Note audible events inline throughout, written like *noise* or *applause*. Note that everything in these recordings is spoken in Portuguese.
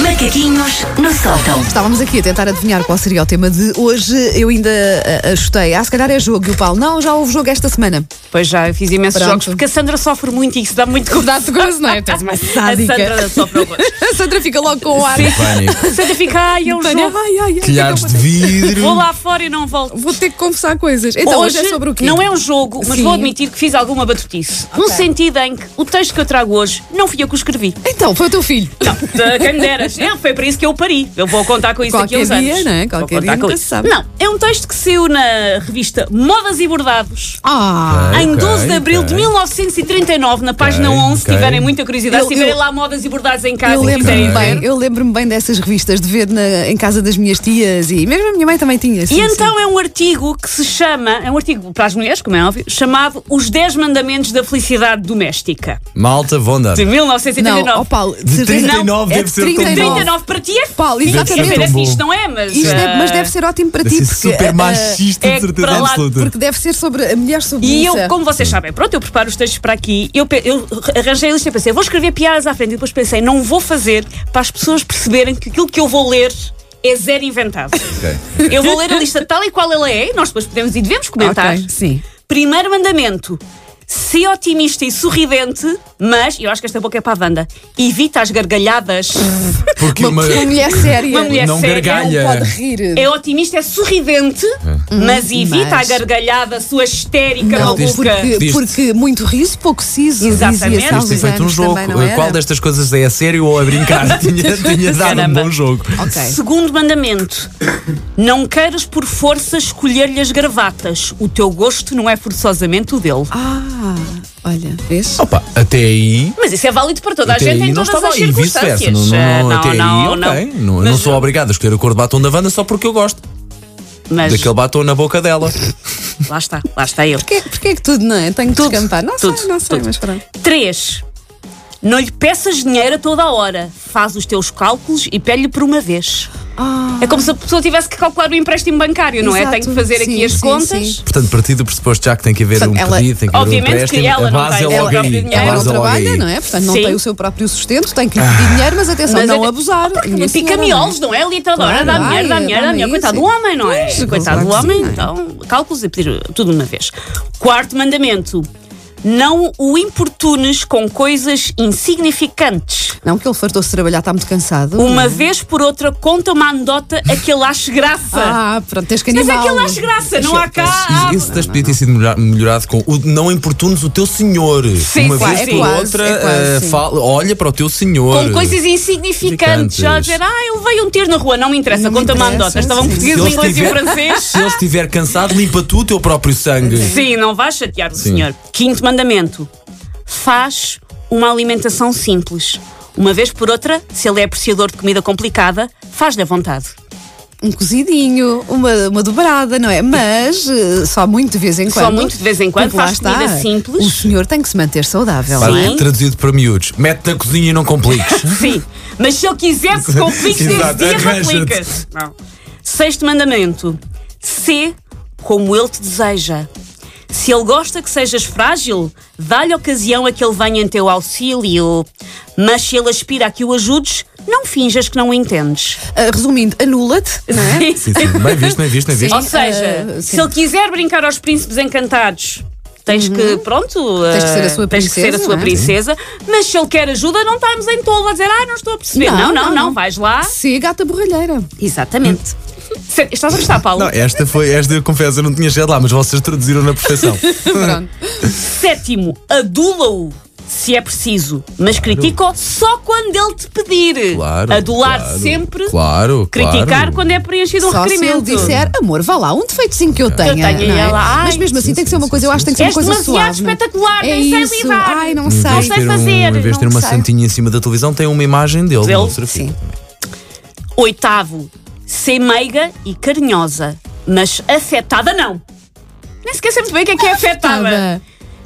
Macaquinhos no sótão. Estávamos aqui a tentar adivinhar qual seria o tema de hoje. Eu ainda ah, ajustei. Ah, se calhar é jogo. E o Paulo, não, já houve jogo esta semana. Pois já, eu fiz imensos Pronto. jogos, porque a Sandra sofre muito e isso dá muito gosto. Dá-te gozo, não é? Tens *laughs* uma *laughs* sádica. A Sandra sofre horrores. *laughs* A Sandra fica logo com o ar. é um Sim. Pânico. A Sandra fica, ai, eu Ai, jogo. ai, ai, Telhares de vidro. Vou lá fora e não volto. Vou ter que confessar coisas. Então hoje, é sobre o quê? Não é um jogo, mas Sim. vou admitir que fiz alguma batutice. No sentido em que o texto que eu trago hoje não fui eu que o escrevi. Então, foi o teu filho. *laughs* De- Quem me deras. Não, foi para isso que eu pari. Eu vou contar com isso Qualquer aqui uns dia, anos. não é? Vou Qualquer contar dia com nunca isso. se sabe. Não, é um texto que saiu na revista Modas e Bordados. Ah! Em Ok, 12 de abril de ok. 1939, na página Ok, 11, se ok. tiverem muita curiosidade, Eu- se tiverem eu- lá modas e bordados em casa Eu e lembro-me quiserem ver. bem, eu lembro-me bem dessas revistas de ver na- em casa das minhas tias e mesmo a minha mãe também tinha. E sim, sim. então é um artigo que se chama, é um artigo para as mulheres, como é óbvio, chamado Os 10 Mandamentos da Felicidade Doméstica, Malta, vão dar. de Não, 1939. ó Paulo, de De certeza- 39 é deve ser tão 39. 39 para ti é Paulo, fixe, exatamente. quer dizer, Tão é fixe, bom. não é? Mas, Isto deve- ah, mas deve ser ótimo para Deve ti, ser porque, Assim, super ah, tipo, machista, é de certeza para lá, absoluta. porque deve ser sobre a mulher submissa. eh, E eu, como vocês sabem, pronto, eu preparo os textos para aqui. Eu, pe- eu arranjei a lista e pensei, vou escrever piadas à frente. E depois pensei, não vou fazer para as pessoas perceberem que aquilo que eu vou ler é zero inventado. Ok. Eu vou ler a lista tal e qual ela é, e nós depois podemos e devemos comentar. Ok, sim. Primeiro mandamento. Se otimista e sorridente, mas, eu acho que esta boca é para a Wanda, evita as gargalhadas. Porque Uma, uma, uma *laughs* mulher séria. Uma mulher não é séria, um gargalha. Não pode rir. É otimista, é sorridente, mas evita Uhum. mas- a gargalhada, a sua histérica Não, maluca. porque, Diz-te. porque muito riso, pouco siso. Exatamente. dizia-se há Tens de ter uns feito um anos jogo. também, não era? Qual destas coisas é a sério ou a brincar? *laughs* tinha tinha dado um Caramba. bom jogo. Ok. Segundo mandamento: não queiras por força escolher-lhe as gravatas. O teu gosto não é forçosamente o dele. Ah, olha, vês? Opa, até aí. Mas isso é válido para toda a Até gente aí em não todas estava as aí, circunstâncias. vice-versa. Não, não, não, Ah, até aí, ok. Não, eu não Mas- sou obrigado a escolher a cor de batom da Wanda só porque eu gosto Mas daquele batom na boca dela. lá está, lá está ele. Porquê, porquê que tudo, não é? Tenho que Tudo, descampar. Não sei, tudo, não sei, tudo. mas pronto. 3. Não lhe peças dinheiro a toda a hora. Faz os teus cálculos e pede-lhe por uma vez. É como se a pessoa tivesse que calcular o empréstimo bancário, não Ah. Exato, é? Tem que fazer sim, aqui as sim, contas. sim. Portanto, partido do pressuposto já que tem que haver Portanto, um ela- pedido, tem que haver um obviamente que empréstimo. ela a não base tem- é ela logo não aí. tem A Ela dinheiro, base Ah. não é logo trabalha, aí. não é? Portanto, não Sim. tem o seu próprio sustento, tem que lhe pedir dinheiro, mas atenção, Mas não é- abusar. assim Minha senhora, Pica miolos, não é? Ali toda hora, Claro, dá vai, mulher, dá dá mulher, dá mulher. mulher, Coitado sim. do homem, não é? Pois, Coitado do claro que homem, sim, não é? então, cálculos e pedir tudo de uma vez. Quarto mandamento. Não o importunes com coisas insignificantes. Não, que ele fartou-se de trabalhar, está muito cansado. é? Uma vez por outra, conta uma anedota a que ele ache graça. Ah, pronto, tens que Mas animar. é que ele ache graça, não há cá. Isso, isso das podia ter sido melhor- melhorado com o não importunes o teu senhor. Sim, Uma claro, vez é por quase, outra, é quase, eh, sim. fala- olha para o teu senhor. com coisas insignificantes. Já a dizer, ah, ele veio um ter na rua, não me interessa, Não me conta-me interessa, anedotas. Estavam sim. português, Se ele inglês e um tiver- francês. Se ele estiver cansado, limpa tu o teu próprio sangue. Ah! Sim, não vais chatear o senhor. Quinto mandamento: faz uma alimentação simples. Uma vez por outra, se ele é apreciador de comida complicada, faz-lhe à vontade. Um cozidinho, uma, uma dobrada, não é? Mas eh, só muito de vez em Só quando. muito de vez em quando, Porque lá faz comida está, simples. O senhor tem que se manter saudável. Pá, não é? Sim. Tá Traduzido para miúdos. Mete na cozinha e não compliques. Sim, mas se eu quiser que compliques desde Exato, é dia, arranja-te. replicas. Não. Sexto mandamento: sê como ele te deseja. Se ele gosta que sejas frágil, dá-lhe ocasião a que ele venha em teu auxílio. Mas se ele aspira a que o ajudes, não finjas que não o entendes. Ah, resumindo, anula-te, não *laughs* é? sim, sim. Bem visto, bem visto, bem visto. Ou seja, ah, sim. se ele quiser brincar aos príncipes encantados, tens que, pronto, Uhum. Tens que ser a ah, sua tens que ser princesa, a sua não é? princesa, mas se ele quer ajuda, não estamos em tolo a dizer, ah, não estou a perceber. Não, Não, não, não, não, não. vais lá. Um Se gata borralheira. Exatamente. Se- Estás a gostar, Paulo? Não, é- esta foi, esta eu confesso, eu não tinha chegado lá, mas vocês traduziram na perfeição. Pronto. Sétimo, adula-o se é preciso, mas critica-o só quando ele te pedir. Claro. Adular claro, sempre, Claro, claro. criticar quando é preenchido um Só se ele requerimento. disser, amor, vá lá, um defeitozinho que eu tenha. tenho, e não é? ela, ai, Mas mesmo assim tem que ser uma coisa, eu acho que tem que ser uma És coisa demasiado suave. não é? espetacular, é nem sei isso. lidar. Ai, não Não sei. Em vez de sei ter um- fazer, Em vez de ter não uma sei. santinha em cima da televisão, tem uma imagem dele. Dele, numa fotografia. Sim. Oitavo, ser meiga e carinhosa, mas afetada não. Nem sequer sei muito bem o que é que é afetada. Afetada.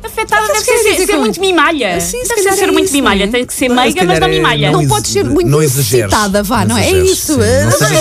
Então Afetada deve eles ser, querem ser, dizer ser que- muito mimalha. é Sim, se deve ser, calhar ser é muito isso, não mimalha. é? Tem que ser Mas se meiga, mas calhar não é- mimalha. Não ex- podes ser muito exageres. excitada, vá, não é? É exageres, isso, sim. é- Não seja é-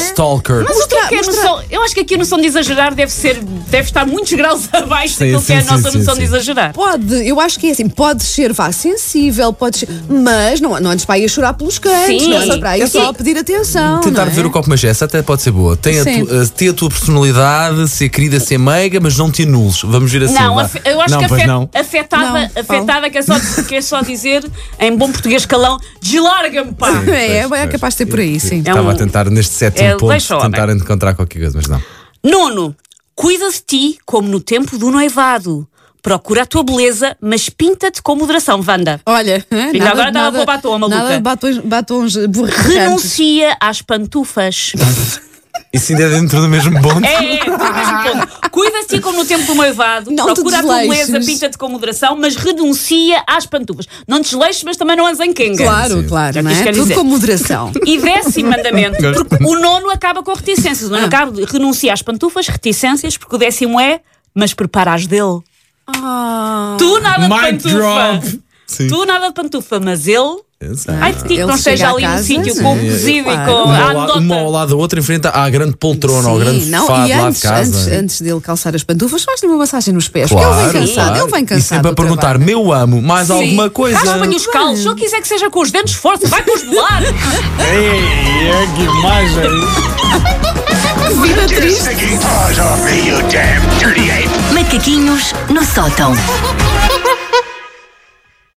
Mas o stalker. que eu Mostrar- quero mostrar- noção- eu acho que aqui a noção de exagerar deve ser, deve estar muitos graus *laughs* abaixo Sim, daquilo que é a sim, nossa sim, noção sim, de sim. exagerar. Pode, eu acho que é assim, pode ser vá sensível, pode ser, mas não, não andes para aí a chorar pelos cantos, Sim. não andes para aí É só só- a pedir atenção. Tentar não é? ver o copo mas essa até pode ser boa. Tem a, Sim. tu- a- ter a tua personalidade, ser querida, ser meiga, mas não te anules. Vamos ver assim. não, vá. afe- eu acho não, que pois afe- não. É, afetada, Não, afetada que, é só, que é só dizer em bom português calão, deslarga-me, pá. Sim. É, é capaz de ser por aí, sim. É Estava um- a tentar neste sétimo é, ponto deixa lá, tentar encontrar qualquer coisa, mas não. Nono, cuida de ti como no tempo do noivado. Procura a tua beleza, mas pinta-te com moderação, Wanda. Olha, hã, Ainda nada, agora estava nada, com o batom, a maluca. Nada de batons, batons borrantes. Renuncia às pantufas. Isso ainda é dentro do *laughs* mesmo ponto. É, é, foi o mesmo ponto. Cuida-se assim como no tempo do noivado, Não te procura a tua desleixes. beleza, pinta-te com moderação, mas renuncia às pantufas. Não te desleixes, mas também não andes em quenga. Claro, sim. claro, Já não quis é? quer Tudo dizer. com *laughs* moderação. E décimo mandamento, Gosto. porque o nono acaba com reticências. O nono Ah. acaba de renuncia às pantufas, reticências, porque o décimo é, mas preparas dele. Ah, Tu nada de Mic pantufa. drop. Sim. Tu nada de pantufa, mas ele. Ai, que Ele não chega esteja a ali no casa, sítio sim. com o cozido e Claro. com é, Uma a ao lado- uma ao anedota. lado da outra, em frente à grande poltrona, ao um grande não, fado e lá antes, de casa. antes, antes dele calçar as pantufas, faz-lhe uma massagem nos pés, porque ele Claro, vem cansado, claro. ele vem E cansado. sempre a do perguntar, trabalho. meu amo, mais alguma coisa? Raspa-lhe os calos, se eu quiser que seja com os dentes fortes, vai com os molares. Ei, que imagem! Vida triste. Get sticking paws off me, you damn dirty ape! Macaquinhos no sótão.